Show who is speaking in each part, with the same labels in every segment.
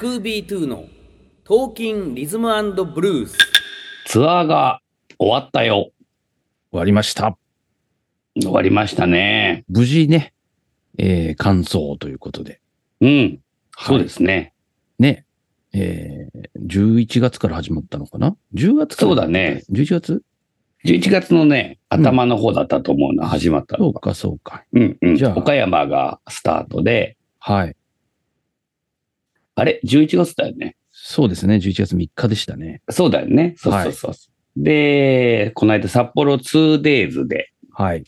Speaker 1: UB2 の「トーキンリズムブルース
Speaker 2: ツアーが終わったよ。
Speaker 3: 終わりました。
Speaker 2: 終わりましたね。
Speaker 3: 無事ね、えー、完走ということで。
Speaker 2: うん。そう
Speaker 3: は
Speaker 2: ですね。
Speaker 3: い。ね。えー、11月から始まったのかな ?10 月から
Speaker 2: そうだね。
Speaker 3: 11月
Speaker 2: 11月のね、頭の方だったと思うな、始まった
Speaker 3: そ
Speaker 2: の
Speaker 3: う
Speaker 2: が。
Speaker 3: か、そうか。
Speaker 2: うんうん
Speaker 3: じゃあ
Speaker 2: 岡山がスタートで、
Speaker 3: はい。
Speaker 2: あれ ?11 月だよね。
Speaker 3: そうですね。11月3日でしたね。
Speaker 2: そうだよね。そうそうそう。で、この間札幌 2days で
Speaker 3: はい。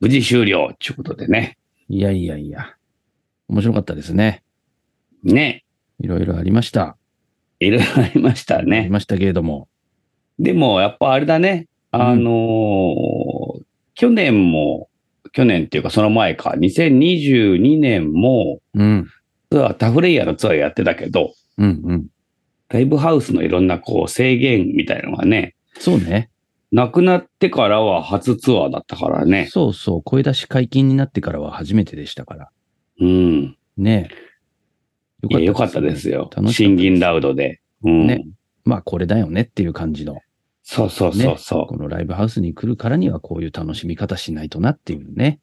Speaker 2: 無事終了ということでね。
Speaker 3: いやいやいや。面白かったですね。
Speaker 2: ね。
Speaker 3: いろいろありました。
Speaker 2: いろいろありました
Speaker 3: あり
Speaker 2: ね。
Speaker 3: ましたけれども。
Speaker 2: でも、やっぱあれだね。あのー去年も、去年っていうかその前か、2022年も、
Speaker 3: うん。
Speaker 2: ツアー、タフレイヤーのツアーやってたけど、
Speaker 3: うんうん。
Speaker 2: ライブハウスのいろんなこう制限みたいのがね、
Speaker 3: そうね。
Speaker 2: なくなってからは初ツアーだったからね。
Speaker 3: そうそう。声出し解禁になってからは初めてでしたから。
Speaker 2: うん。
Speaker 3: ね。よ
Speaker 2: いや、よかったです
Speaker 3: ね
Speaker 2: よ
Speaker 3: 楽しかった。です
Speaker 2: 新銀ラウドで。うん。
Speaker 3: ねまあ、これだよねっていう感じの。
Speaker 2: そうそうそうそ
Speaker 3: このライブハウスに来るからにはこういう楽しみ方しないとなっていうね、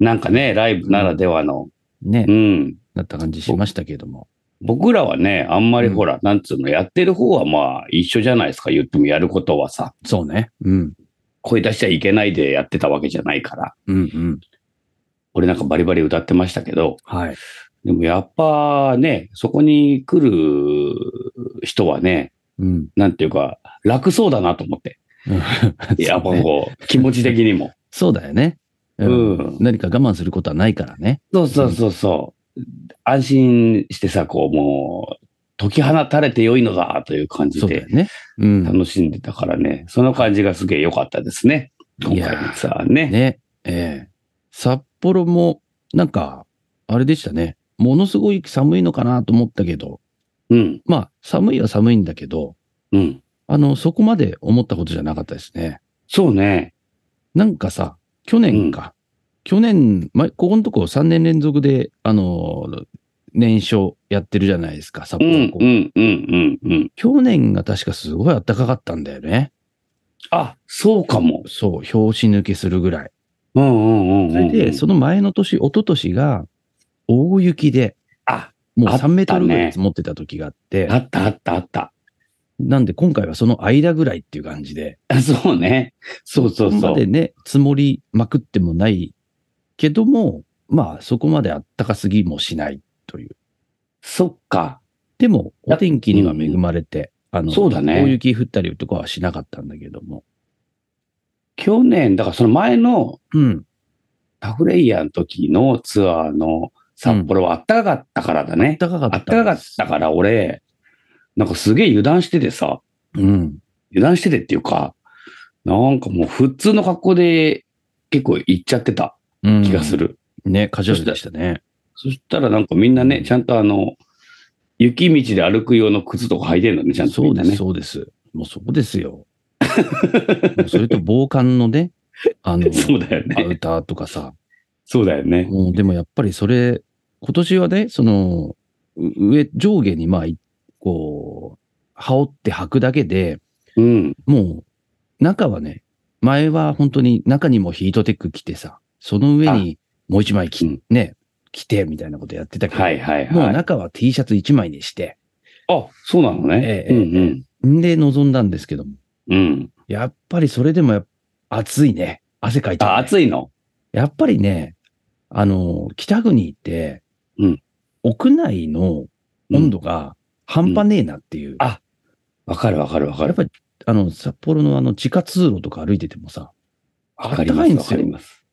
Speaker 2: う。なんかね、ライブならではの、
Speaker 3: ね、
Speaker 2: うん。
Speaker 3: なった感じしましたけれども。
Speaker 2: 僕らはね、あんまり
Speaker 3: うん
Speaker 2: ほら、なんつうの、やってる方はまあ一緒じゃないですか、言ってもやることはさ、
Speaker 3: そうね。うん。
Speaker 2: 声出しちゃいけないでやってたわけじゃないから、
Speaker 3: うんうん。
Speaker 2: 俺なんかバリバリ歌ってましたけど、
Speaker 3: はい。
Speaker 2: でもやっぱね、そこに来る人はね、
Speaker 3: うん。
Speaker 2: なんていうか、楽そうだなと思って。やっぱ
Speaker 3: そうね
Speaker 2: こう、気持ち的にも。
Speaker 3: そうだよね。
Speaker 2: うん
Speaker 3: 何か我慢することはないからね。
Speaker 2: そうそうそうそう。安心してさ、こう、もう、解き放たれて良いのだという感じ
Speaker 3: そうだ
Speaker 2: で
Speaker 3: よね。うん。
Speaker 2: 楽しんでたからね、その感じがすげえ良かったですね。今回のツアーね。
Speaker 3: ね。ええ札幌も、なんか、あれでしたね。ものすごい寒いのかなと思ったけど、
Speaker 2: うん、
Speaker 3: まあ、寒いは寒いんだけど、
Speaker 2: うん。
Speaker 3: あの、そこまで思ったことじゃなかったですね。
Speaker 2: そうね。
Speaker 3: なんかさ、去年か。去年、ま、ここのとこ3年連続で、あのー、年賞やってるじゃないですか、札
Speaker 2: う
Speaker 3: 幌
Speaker 2: ん、
Speaker 3: 高校
Speaker 2: うん、うん、うん、うん。
Speaker 3: 去年が確かすごい暖かかったんだよね。
Speaker 2: あ、そうかも。
Speaker 3: そう、拍子抜けするぐらい。
Speaker 2: うん、うん、うん。
Speaker 3: それで、そ
Speaker 2: の、
Speaker 3: の前の年、一昨年が、大雪で、
Speaker 2: あ、
Speaker 3: もう
Speaker 2: あった
Speaker 3: 3
Speaker 2: ね
Speaker 3: メートルぐらい積もってた時があって、
Speaker 2: あったあったあった。
Speaker 3: なんで今回はその間ぐらいっていう感じで、
Speaker 2: あ そうね。そうそう
Speaker 3: そこ
Speaker 2: そ
Speaker 3: まで
Speaker 2: う。
Speaker 3: ね、積もりまくってもないけども、まあ、そこまで暖かすぎもしないという。
Speaker 2: そっか。
Speaker 3: でも、お天気には恵まれて、あの、
Speaker 2: そうだね
Speaker 3: 大雪降ったりとかはしなかったんだけども。
Speaker 2: 去年、だからその前の
Speaker 3: うん。
Speaker 2: タフレイヤーの時のツアーの札幌はあったかかったからだね。
Speaker 3: 暖かかった
Speaker 2: あったかかったから俺、なんかすげえ油断しててさ、
Speaker 3: うん。
Speaker 2: 油断しててっていうか、なんかもう普通の格好で結構行っちゃってた
Speaker 3: うん。
Speaker 2: 気がす。る。
Speaker 3: ね、カジュアルでしたね。
Speaker 2: そしたらなんかみんな
Speaker 3: うん
Speaker 2: ね、ちゃんとあの、雪道で歩く用の靴とか履いてるのね、ちゃんと
Speaker 3: そ
Speaker 2: みん
Speaker 3: う
Speaker 2: な
Speaker 3: です、
Speaker 2: ね。
Speaker 3: そうです。もうそこで すよ。もうそれと防寒のね、あ の、
Speaker 2: そうだよ
Speaker 3: ア
Speaker 2: ね。
Speaker 3: ウターとかさ。
Speaker 2: そうだよね。
Speaker 3: もうでもやっぱりそれ、今年はね、その、う上、上下にまあ、いこう、羽織って履くだけで、
Speaker 2: うん。
Speaker 3: もう、中はね、前は本当に中にもヒートテック着てさ、その上にもう一枚着、
Speaker 2: うん
Speaker 3: ね、着てみたいなことやってたけど、
Speaker 2: はいはい
Speaker 3: もう
Speaker 2: はい。
Speaker 3: 中は T シャツ一枚にして、
Speaker 2: あ、そうなのね。
Speaker 3: ええ
Speaker 2: うんうん。
Speaker 3: んで臨んだんですけども、
Speaker 2: うん。
Speaker 3: やっぱりそれでもやっ暑いね。汗かいちゃう、ね。
Speaker 2: あ、暑いの。
Speaker 3: やっぱりね、あの、北国って、
Speaker 2: うん
Speaker 3: 屋内の温度が半端ねえなっていう。
Speaker 2: あわかるわかるわか
Speaker 3: やっ
Speaker 2: る。
Speaker 3: ぱり、あの、札幌のあの、地下通路とか歩いててもさ、
Speaker 2: わかり
Speaker 3: 暖
Speaker 2: ま
Speaker 3: かいん
Speaker 2: す
Speaker 3: で
Speaker 2: わ
Speaker 3: す
Speaker 2: か
Speaker 3: よ
Speaker 2: ります。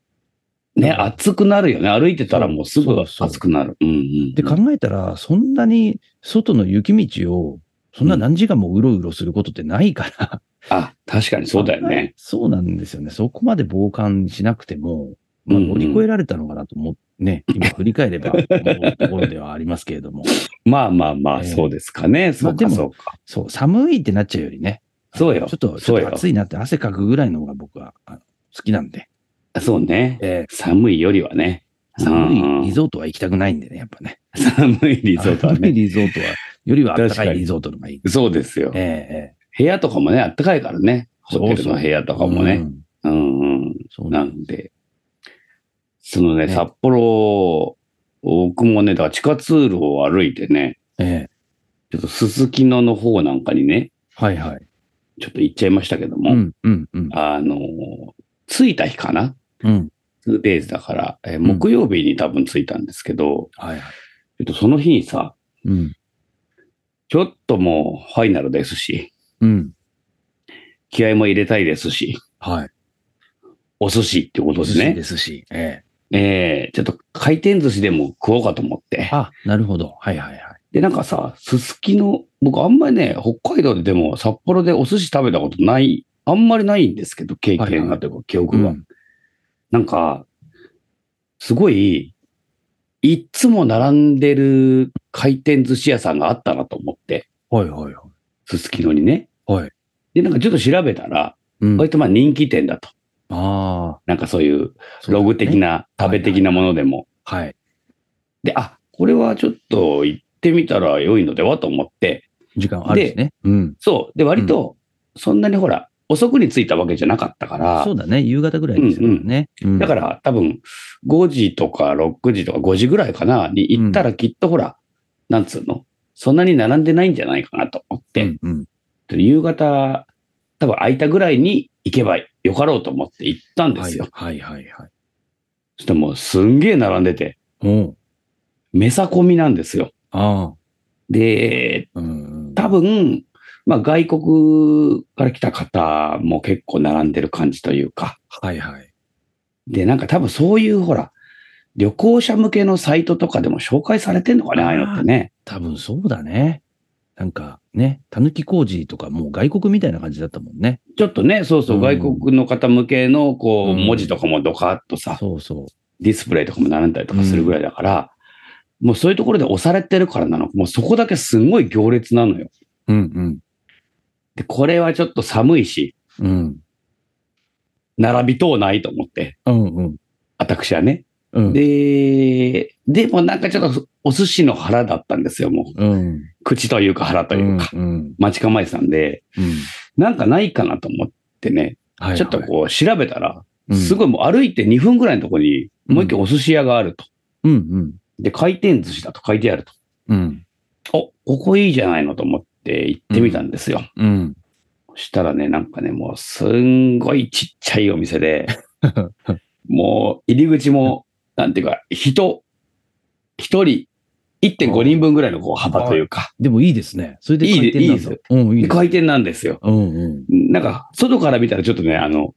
Speaker 2: ね、暑くなるよね。歩いてたらもうすぐ
Speaker 3: そうそう
Speaker 2: 暑くなる。うんうん。
Speaker 3: で考えたら、そんなに外の雪道を、そんな何時間もうろうろすることってないから。
Speaker 2: あ、確かに そうだよね。。
Speaker 3: そうなんですよね。そこまで防寒しなくても、まあ、
Speaker 2: うんうん
Speaker 3: 乗り越えられたのかなと思って、ね、今振り返れば思うところではありますけれども。
Speaker 2: まあまあま
Speaker 3: え
Speaker 2: あ、
Speaker 3: え
Speaker 2: そうですかね。そう
Speaker 3: で
Speaker 2: か
Speaker 3: も
Speaker 2: そうか。
Speaker 3: そう、寒いってなっちゃうよりね。
Speaker 2: そうよ
Speaker 3: ちょっと、ちょ
Speaker 2: そ
Speaker 3: っ
Speaker 2: う
Speaker 3: と
Speaker 2: よ
Speaker 3: 暑いなって汗かくぐらいの方が僕はあの好きなんで。
Speaker 2: そうね。
Speaker 3: え
Speaker 2: 寒いよりはね。
Speaker 3: 寒
Speaker 2: うんうん
Speaker 3: いリゾートは行きたくないんでね、やっぱね。
Speaker 2: 寒いリゾートは
Speaker 3: 寒い
Speaker 2: ね。
Speaker 3: リゾートはよりはあったか
Speaker 2: 確か
Speaker 3: い
Speaker 2: に
Speaker 3: リゾートの方がいい。
Speaker 2: そうですよ
Speaker 3: え。え
Speaker 2: 部屋とかもね、あったかいからね。ホテル
Speaker 3: そう
Speaker 2: の
Speaker 3: そう
Speaker 2: 部屋とかもね。。
Speaker 3: うん
Speaker 2: うんうん。
Speaker 3: そう
Speaker 2: な
Speaker 3: なん
Speaker 2: で、そのね、
Speaker 3: ね
Speaker 2: 札幌、僕もね、だから地下通路を歩いてね、
Speaker 3: ええ
Speaker 2: ちょっとすすきのの方なんかにね、
Speaker 3: はいはい。
Speaker 2: ちょっと行っちゃいましたけども、
Speaker 3: うんうんうん。
Speaker 2: あの、着いた日かな
Speaker 3: うん。
Speaker 2: ?2days だから、えー木曜日に多分着いたんですけど、
Speaker 3: はいは
Speaker 2: ち
Speaker 3: い。
Speaker 2: ょっとその日にさ、
Speaker 3: うん。
Speaker 2: ちょっともうファイナルですし、
Speaker 3: うん。
Speaker 2: 気合も入れたいですし、
Speaker 3: はい。
Speaker 2: お寿司ってこと
Speaker 3: お
Speaker 2: で
Speaker 3: 寿
Speaker 2: す
Speaker 3: 司
Speaker 2: ね
Speaker 3: で。すし。え
Speaker 2: えーちょっと回転寿司でも食おうかと思って
Speaker 3: え。。あ、なるほど。はいはいはい。
Speaker 2: で、なんかさ、すすきの、僕あんまりね、北海道ででも札幌でお寿司食べたことない、あんまりないんですけど、経験がというか、記憶が。
Speaker 3: うん
Speaker 2: なんか、すごい、いっつも並んでる回転寿司屋さんがあったなと思って、
Speaker 3: はいはいはい。
Speaker 2: すすきのにね。
Speaker 3: はい。
Speaker 2: で、なんかちょっと調べたら、
Speaker 3: うん、
Speaker 2: 割とまあ人気店だと。
Speaker 3: ああ、
Speaker 2: なんかそういう
Speaker 3: そうだ
Speaker 2: ロ
Speaker 3: ね
Speaker 2: グ的。な、食べ的なものでも。
Speaker 3: はい。
Speaker 2: で、あ、これはちょっと行ってみたら良いのではと思って、
Speaker 3: 時間あるしね。うん。
Speaker 2: そう。で、割と、そんなにほら、遅くに着いたわけじゃなかったから
Speaker 3: そ、うだね。夕方ぐらいですよね。うん
Speaker 2: だから多分、5時とか6時とか5時ぐらいかな、に行ったらきっとほら、なんつうの、そんなに並んでないんじゃないかなと思って、
Speaker 3: うんうん
Speaker 2: 夕方、多分空いたぐらいに行けばよかろうと思って行ったんで
Speaker 3: は
Speaker 2: す
Speaker 3: い
Speaker 2: よ。
Speaker 3: はいはいはい。
Speaker 2: そしてもうすんげえ並んでて、
Speaker 3: おう
Speaker 2: めさこみなんですよ。
Speaker 3: あ
Speaker 2: で、
Speaker 3: あ。うん。
Speaker 2: 多分、まあ外国から来た方も結構並んでる感じというか、
Speaker 3: はいはい。
Speaker 2: で、なんか多分そういうほら、旅行者向けのサイトとかでも紹介されてんのかね、
Speaker 3: あー
Speaker 2: ああいうのってね。
Speaker 3: 多分そうだね。なんかね、たぬき工事とかもう外国みたいな感じだったもんね。
Speaker 2: ちょっとね、そうそう、
Speaker 3: うん
Speaker 2: 外国の方向けの、こう、
Speaker 3: うん
Speaker 2: 文字とかもドカッとさ、
Speaker 3: そうそ
Speaker 2: ディスプレイとかも並んだりとかするぐらいだから、もうそういうところで押されてるからなのか、もうそこだけすごい行列なのよ。
Speaker 3: う。うん
Speaker 2: で、これはちょっと寒いし、
Speaker 3: うん。うん。
Speaker 2: 並びとうないと思って、
Speaker 3: うんうん。
Speaker 2: 私はね。
Speaker 3: うん。
Speaker 2: で、でもなんかちょっとお寿司の腹だったんですよ、もう。
Speaker 3: うん、うん。
Speaker 2: 口というか腹というか、
Speaker 3: うん。
Speaker 2: 待ち構えてたんで、
Speaker 3: うん。
Speaker 2: なんかないかなと思ってね、
Speaker 3: はいはい
Speaker 2: ちょっとこう調べたら、
Speaker 3: うん
Speaker 2: すごいもう歩いて2分ぐらいのところに、もう一軒お寿司屋があると。
Speaker 3: うんうん。
Speaker 2: で、回転寿司だと書いてあると。
Speaker 3: うん。
Speaker 2: お、ここいいじゃないのと思って行ってみたんですよ。
Speaker 3: うん。
Speaker 2: そしたらね、なんかね、もうすんごいちっちゃいお店 で、もう入り口も、なんていうか、人、一人、1.5人分ぐらいのこう幅というか、
Speaker 3: でもいいですね。それで回転
Speaker 2: いいでい
Speaker 3: な
Speaker 2: い
Speaker 3: ん
Speaker 2: です
Speaker 3: だ
Speaker 2: よ。
Speaker 3: うん、いい
Speaker 2: で
Speaker 3: です。
Speaker 2: 回転なんですよ。
Speaker 3: うんうん。
Speaker 2: なんか、外から見たらちょっとね、あの、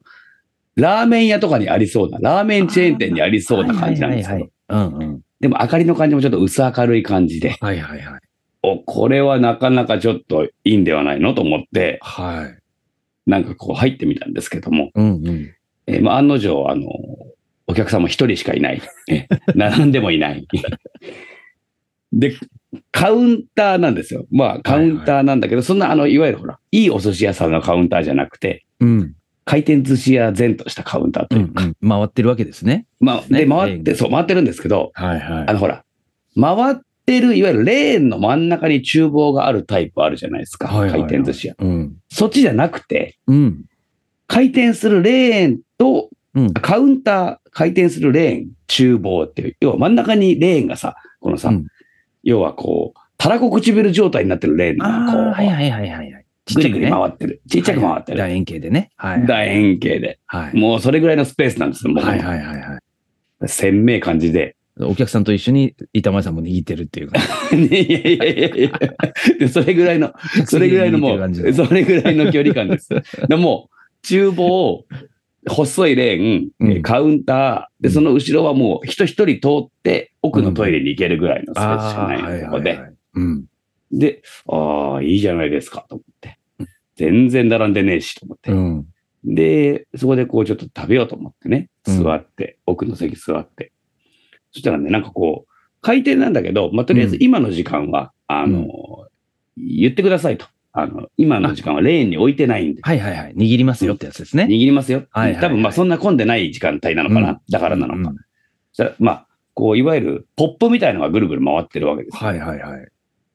Speaker 2: ラーメン屋とかにありそうな、ラーメンチェーン店にありそうな感じなんですけど、
Speaker 3: はいはいはいはい。うんうん。
Speaker 2: でも明かりの感じもちょっと薄明るい感じで、
Speaker 3: はいはいはい。
Speaker 2: お、これはなかなかちょっといいんではないのと思って、
Speaker 3: はい。
Speaker 2: なんかこう入ってみたんですけども、
Speaker 3: うんうん。
Speaker 2: えーまあ案の定、あの、お客さんも一人しかいない。え並んでもいない。 で、カウンターなんですよ。まあカウンターなんだけど、そんなあの、いわゆるほら、いいお寿司屋さんのカウンターじゃなくて、
Speaker 3: うん。
Speaker 2: 回転寿司屋前としたカウンターと
Speaker 3: う
Speaker 2: い
Speaker 3: ん
Speaker 2: うか、
Speaker 3: うん回ってるわけですね。
Speaker 2: まあ、で、
Speaker 3: ね
Speaker 2: 回っ
Speaker 3: レ
Speaker 2: て、
Speaker 3: ーン
Speaker 2: そう、回ってるんですけど、
Speaker 3: はいは
Speaker 2: あの、ほら、回ってる、いわゆるレーンの真ん中に厨房があるタイプあるじゃないですか、
Speaker 3: はいはいはい
Speaker 2: 回転寿司屋。
Speaker 3: うん。
Speaker 2: そっちじゃなくて、
Speaker 3: うん。
Speaker 2: 回転するレーンと、
Speaker 3: うん。
Speaker 2: カウンター、回転するレーン、厨房っていう、要は真ん中にレーンがさ、このさ、
Speaker 3: うん
Speaker 2: 要はこう、たらこ唇状態になってるレーンが、こう、
Speaker 3: はいはいはいはいはい。ち
Speaker 2: ぐりぐり回ってる。ちっちゃく回ってる。
Speaker 3: 楕円形でね。はい。
Speaker 2: 楕円形で。
Speaker 3: はい。
Speaker 2: もうそれぐらいのスペースなんですよ、もう。
Speaker 3: はいはいはいはい。
Speaker 2: 鮮明感じで。
Speaker 3: お客さんと一緒に板前さんも握ってるっていう感 じ。
Speaker 2: いやいやいやいやでそれぐらい の、それぐらいのも
Speaker 3: 握っ
Speaker 2: う、
Speaker 3: てる感じの
Speaker 2: それぐらいの距離感です。でもう、厨房、細いレーン、
Speaker 3: うん
Speaker 2: カウンター、で、その後ろはもう人一人通って、奥のトイレに行けるぐらいのスペースしかないとこ
Speaker 3: はい
Speaker 2: で
Speaker 3: は、いはいうん。
Speaker 2: で、ああ、いいじゃないですか、と思って。全然並んでねえし、と思って
Speaker 3: う。ん。
Speaker 2: で、そこでこうちょっと食べようと思ってね、
Speaker 3: うん
Speaker 2: 座って、奥の席座って。そしたらね、なんかこう、回転なんだけど、まあ、とりあえず今の時間は、あの、言ってくださいと。あの、今の時間はレーンに置いてないんで、
Speaker 3: はいはいはい。握りますよってやつです
Speaker 2: 握
Speaker 3: ね。
Speaker 2: りますよ。
Speaker 3: はいはいはい
Speaker 2: 多分まあそんな混んでない時間帯なのかな。
Speaker 3: うん
Speaker 2: だからなのか。
Speaker 3: うん
Speaker 2: そしたら、まあ、こう、いわゆるポップみたいのがぐるぐる回ってるわけです。
Speaker 3: はいはいはい。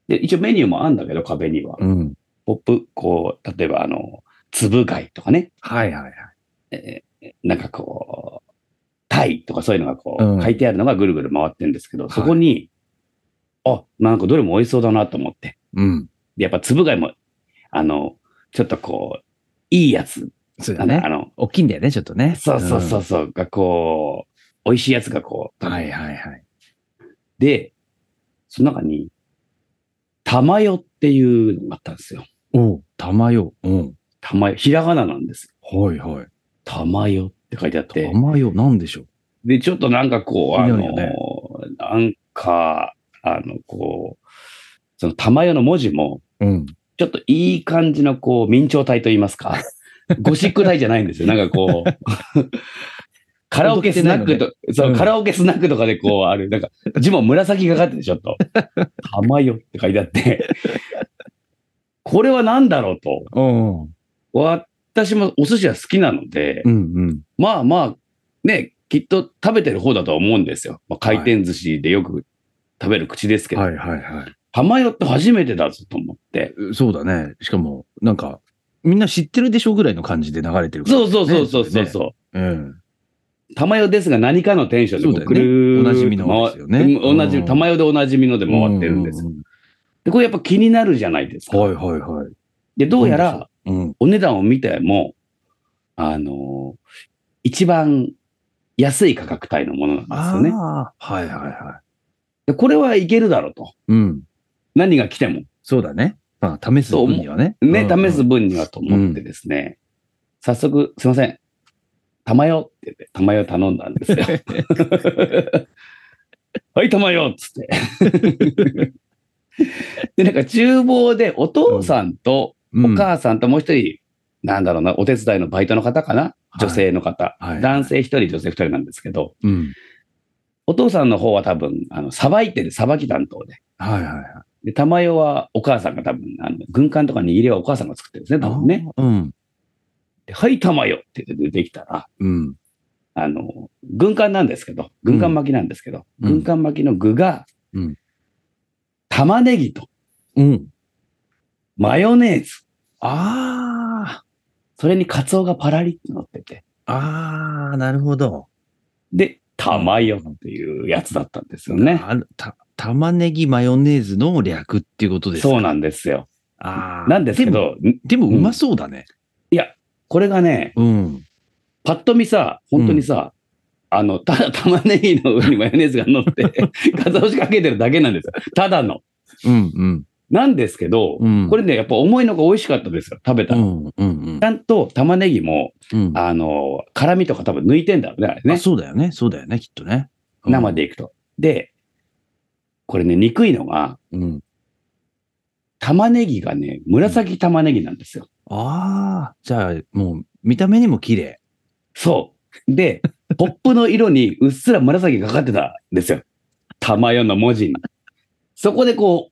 Speaker 2: で、一応メニューもあんだけど、壁には。
Speaker 3: うん。
Speaker 2: ポップ、こう、例えばあの、粒貝とかね、
Speaker 3: はいはいはい。
Speaker 2: えーなんかこう、タイとかそういうのがこう、
Speaker 3: うん
Speaker 2: 書いてあるのがぐるぐる回ってるんですけど、
Speaker 3: い
Speaker 2: そこに、あ、なんかどれも美味しそうだなと思って。
Speaker 3: うん。
Speaker 2: で、やっぱ粒貝も、あの、ちょっとこう、いいやつ
Speaker 3: そう
Speaker 2: な
Speaker 3: だ
Speaker 2: んだ、
Speaker 3: ね
Speaker 2: あ。の、
Speaker 3: 大きいんだよね、ちょっとね。
Speaker 2: そうそうそうそう、がこう、美味しいやつがこう、
Speaker 3: うん。はいはいはい。
Speaker 2: で、その中に、玉代っていうのがあったんですよ。
Speaker 3: おう、玉よ。うん。
Speaker 2: 玉代、ひらがななんです。
Speaker 3: はいはい。
Speaker 2: 玉代って書いてあって、
Speaker 3: 玉よ、なんでしょう。
Speaker 2: で、ちょっとなんかこう、あの、
Speaker 3: 気になる
Speaker 2: なんか、あの、こう、その玉代の文字も、
Speaker 3: うん。
Speaker 2: ちょっといい感じの、こう、明朝体といいます か、ゴシック体じゃないんですよ。なんかこう、カラオケスナックと、そう、
Speaker 3: うん
Speaker 2: カラオケスナックとかでこう、ある、なんか、字も紫がかってて、ちょっと、玉代って書いてあ って、これは何だろうと。
Speaker 3: うん。うん
Speaker 2: 私もお寿司は好きなので、
Speaker 3: うん。
Speaker 2: まあまあ、ね、きっと食べてる方だとは思うんですよ。まあ、回転寿司でよく食べる口ですけど、
Speaker 3: はいはいはい。
Speaker 2: 浜よって初めてだぞと思って。
Speaker 3: そうだね。しかも、なんか、みんな知ってるでしょぐらいの感じで流れてるから
Speaker 2: そ
Speaker 3: ね、
Speaker 2: うそうそうそうそうそう。
Speaker 3: うん。
Speaker 2: 玉代ですが何かのテンションでこ
Speaker 3: そうだよ
Speaker 2: く
Speaker 3: ね
Speaker 2: るーっと
Speaker 3: おなじみのですよね
Speaker 2: 回ってうん同
Speaker 3: う
Speaker 2: じ、
Speaker 3: ん
Speaker 2: 玉代でおなじみので回ってるんです。
Speaker 3: うう
Speaker 2: で、これやっぱ気になるじゃないですか。
Speaker 3: うんはいはいはい。
Speaker 2: で、どうや
Speaker 3: なん
Speaker 2: ら
Speaker 3: うん。
Speaker 2: お値段を見ても、あのー一番安い価格帯のものなんですよね。
Speaker 3: ああ、はいはいはい。
Speaker 2: でこれはいけるだろうと。
Speaker 3: うん。
Speaker 2: 何が来ても。
Speaker 3: そうだね。まあ、試す分にはね。
Speaker 2: ね、
Speaker 3: うんうん
Speaker 2: 試す分にはと思ってですね、早速、すいません、玉よって言って、玉よ頼んだんです よ。はい、玉よっつって。 で、なんか厨房でお父さんとお
Speaker 3: うん
Speaker 2: 母さんともう一人、なんだろうな、お手伝いのバイトの方かな、
Speaker 3: い
Speaker 2: 女性の方。
Speaker 3: はい
Speaker 2: 男性一人、女性二人なんですけど、
Speaker 3: うん。
Speaker 2: お父さんの方は多分、あの、さばいてる、さばき担当で。
Speaker 3: はいはいはい。
Speaker 2: で、玉代はお母さんが多分、あの軍艦とか握りはお母さんが作ってるんですね、多分ね。
Speaker 3: あー。うん。
Speaker 2: ではい、玉よって出てきたら、
Speaker 3: うん。
Speaker 2: あの、軍艦なんですけど、軍艦巻きなんですけど、
Speaker 3: うん
Speaker 2: 軍艦巻きの具が、
Speaker 3: うん
Speaker 2: 玉ねぎと
Speaker 3: うん。
Speaker 2: マヨネーズ、
Speaker 3: あ
Speaker 2: それにカツオがパラリって乗ってて、
Speaker 3: あ、ああ、なるほど。
Speaker 2: で、玉よっていうやつだったんですよね。
Speaker 3: あるた玉ねぎマヨネーズの略っていうことですか
Speaker 2: そうなんですよ。
Speaker 3: あー
Speaker 2: なんですけ
Speaker 3: でも、
Speaker 2: ど、ん
Speaker 3: でもうまそうだね。
Speaker 2: これがね、
Speaker 3: うん。
Speaker 2: パッと見さ、本当にさ、あの、ただ玉ねぎの上にマヨネーズが乗って、 カツオ仕掛けてるだけなんですよ。ただの。
Speaker 3: うんうん。
Speaker 2: なんですけど、
Speaker 3: うん。
Speaker 2: これね、やっぱ思いのが美味しかったですよ、食べた
Speaker 3: う
Speaker 2: ら。
Speaker 3: んうんうん
Speaker 2: ち。ゃんと玉ねぎも、
Speaker 3: うん
Speaker 2: あの、辛みとか多分抜いてんだろうね、あれ
Speaker 3: あ
Speaker 2: ね。
Speaker 3: そうだよね。そうだよね。きっとね。うん
Speaker 2: 生。でいくと。で、これね、憎いのが、
Speaker 3: うん。
Speaker 2: 玉ねぎがね、紫玉ねぎなんですよ。
Speaker 3: ああ、じゃあもう見た目にも綺麗。
Speaker 2: そう。 で、ポップの色にうっすら紫がかかってたんですよ。玉よの文字に。そこでこう、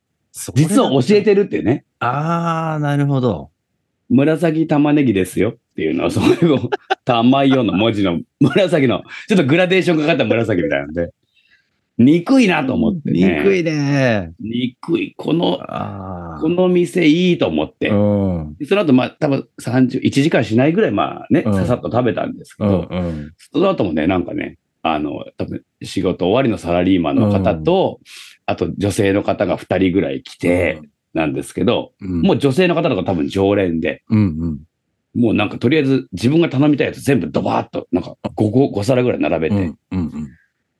Speaker 2: 実は教え。てるっていうね、
Speaker 3: ああ、なるほど。
Speaker 2: 紫玉ねぎですよっていうのは、そういう こう、玉よの文字の紫の、ちょっとグラデーションがかかった紫みたいなんで、憎いなと思ってね。
Speaker 3: 憎いね。
Speaker 2: 憎い。この、
Speaker 3: ああ。
Speaker 2: この店いいと思って。
Speaker 3: うん。
Speaker 2: でその後、まあ、多分三十1時間しないぐらい、まあね、
Speaker 3: うん
Speaker 2: ささっと食べたんですけ
Speaker 3: うん
Speaker 2: ど、
Speaker 3: うん。
Speaker 2: その後もね、なんかね、あの、多分仕事終わりのサラリーマンの方と、あと女性の方が2人ぐらい来て、なんですけど、
Speaker 3: うん、
Speaker 2: もう女性の方とか多分常連で、
Speaker 3: うんうん。
Speaker 2: もうなんかとりあえず自分が頼みたいやつ全部ドバーッと、なんか 5, 5, 皿ぐらい並べて、
Speaker 3: うんうんうん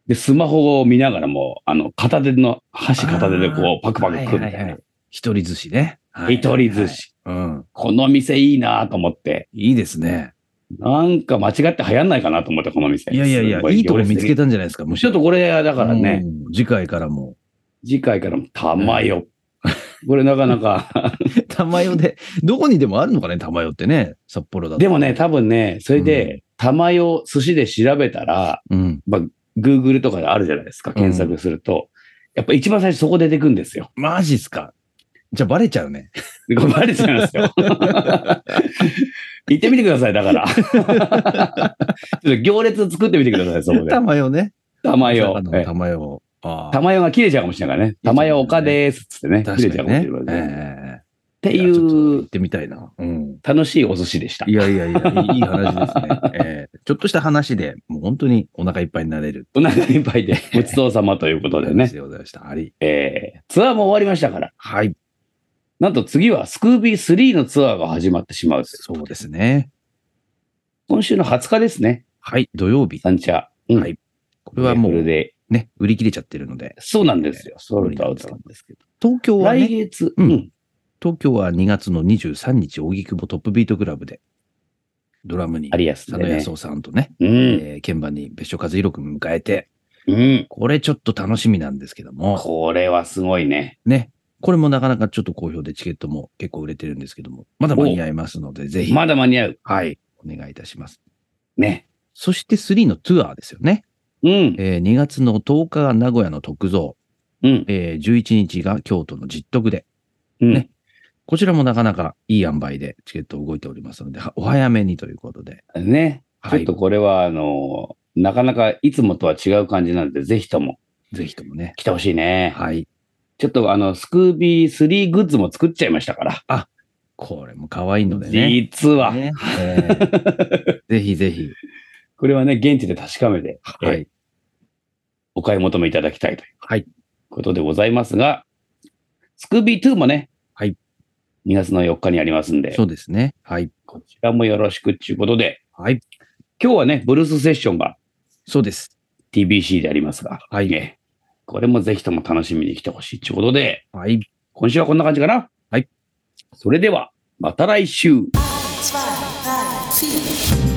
Speaker 2: で、スマホを見ながらもう、あの、片手の、箸片手でこう、パクパク食うみたいな。
Speaker 3: ははは一人寿司ね。はい
Speaker 2: 一人寿。司。
Speaker 3: うん。
Speaker 2: この店いいなと思って、
Speaker 3: いいですね。
Speaker 2: なんか間違って流行んないかなと思って、この店。
Speaker 3: いやいやいや
Speaker 2: すご、
Speaker 3: いいとこ見つけ
Speaker 2: 行列的
Speaker 3: たんじゃないですか、む
Speaker 2: にちょっとこれ、だからね、
Speaker 3: うん次回からも。
Speaker 2: 次回からも、玉よ。これなかなか。
Speaker 3: 玉代で、どこにでもあるのかね、玉代ってね、札幌だと。
Speaker 2: でもね、多分ね、それで、玉よ寿司で調べたら、
Speaker 3: うん。
Speaker 2: Google とかであるじゃないですか、検索すると。やっぱ一番最初そこ出てくんですよ。
Speaker 3: マジっすか。じゃあバレちゃうね。
Speaker 2: でこれバレちゃいます よ。行ってみてください、だから。 ちょっと行列作ってみてください、そこで。
Speaker 3: 玉代ね。
Speaker 2: 玉
Speaker 3: 大
Speaker 2: よ
Speaker 3: 阪。の玉代を。ああ
Speaker 2: 玉代が切れちゃうかもしれないからね。玉代岡ですっつってね。切れ
Speaker 3: 確
Speaker 2: ち
Speaker 3: か
Speaker 2: ゃう
Speaker 3: に
Speaker 2: かもし
Speaker 3: ね
Speaker 2: れない。
Speaker 3: え
Speaker 2: ね。
Speaker 3: え
Speaker 2: って
Speaker 3: いや
Speaker 2: い
Speaker 3: ちょっと行
Speaker 2: う
Speaker 3: っ、てみたいな。うん。
Speaker 2: 楽しいお寿司でした
Speaker 3: い。やいやいや、いい話ですね。 ええちょっとした話で、もう本当にお腹いっぱいになれる。
Speaker 2: お腹いっぱい で、ごちそうさまということで
Speaker 3: 話
Speaker 2: ね。
Speaker 3: でございました。あり。
Speaker 2: えー、ツアーも終わりましたから。
Speaker 3: はい。
Speaker 2: なんと次はスクービー3のツアーが始まってしまう。
Speaker 3: そうですね。
Speaker 2: 今週の20日ですね。
Speaker 3: はい。土曜日。
Speaker 2: サンチャー。うん。
Speaker 3: はいこれはも
Speaker 2: これ
Speaker 3: う
Speaker 2: で。
Speaker 3: ね、売り切れちゃってるので。
Speaker 2: そうなんですよ。ソールドアウトなんですけど。
Speaker 3: 東京は
Speaker 2: 来
Speaker 3: ね、
Speaker 2: 月、
Speaker 3: う
Speaker 2: うんん。
Speaker 3: 東京は2月の23日、荻窪トップビートクラブで、ドラムに
Speaker 2: あ、りやす
Speaker 3: 佐
Speaker 2: で
Speaker 3: 野
Speaker 2: ね
Speaker 3: 康。夫さんとね、
Speaker 2: うん。
Speaker 3: えー鍵盤に別所和弘君迎えて、
Speaker 2: うん。
Speaker 3: これちょっと楽しみなんですけども、
Speaker 2: これはすごいね。
Speaker 3: ね、これもなかなかちょっと好評でチケットも結構売れてるんですけども、まだ間に合いますので、ぜひ、
Speaker 2: まだ間に合う。
Speaker 3: はい、お願いいたします。
Speaker 2: ね。
Speaker 3: そして3のツアーですよね。
Speaker 2: うん。
Speaker 3: えー2月の10日が名古屋の徳造、
Speaker 2: うん。
Speaker 3: えー11日が京都の実徳で、
Speaker 2: うん。
Speaker 3: ねこちらもなかなかいい塩梅でチケット動いておりますので、はお早めにということで。
Speaker 2: ね。
Speaker 3: は
Speaker 2: ちょっ
Speaker 3: い
Speaker 2: と。これは、あの、なかなかいつもとは違う感じなので、ぜひとも
Speaker 3: ぜひともね。
Speaker 2: 来てほしいね。
Speaker 3: はい。
Speaker 2: ちょっとあの、スクービー3グッズも作っちゃいましたから。
Speaker 3: これも可愛いのでね。
Speaker 2: 実は、
Speaker 3: ねえ ーぜひぜひ。
Speaker 2: これはね、現地で確かめて、
Speaker 3: は
Speaker 2: えー
Speaker 3: い。
Speaker 2: お買い求めいただきたいという、
Speaker 3: はい
Speaker 2: ことでございますが、スクービー2もね、
Speaker 3: はい
Speaker 2: 2月の4日にありますんで
Speaker 3: そ、うですね。はい。
Speaker 2: こちらもよろしくっていうことで、
Speaker 3: はい。
Speaker 2: 今日はね、ブルースセッションが
Speaker 3: そうです。
Speaker 2: TBC でありますが、
Speaker 3: はい
Speaker 2: ねこれもぜひとも楽しみに来てほしいということで、
Speaker 3: はい。
Speaker 2: 今週はこんな感じかな。
Speaker 3: はい。
Speaker 2: それでは、また来週。
Speaker 4: Zwei, drei, vier.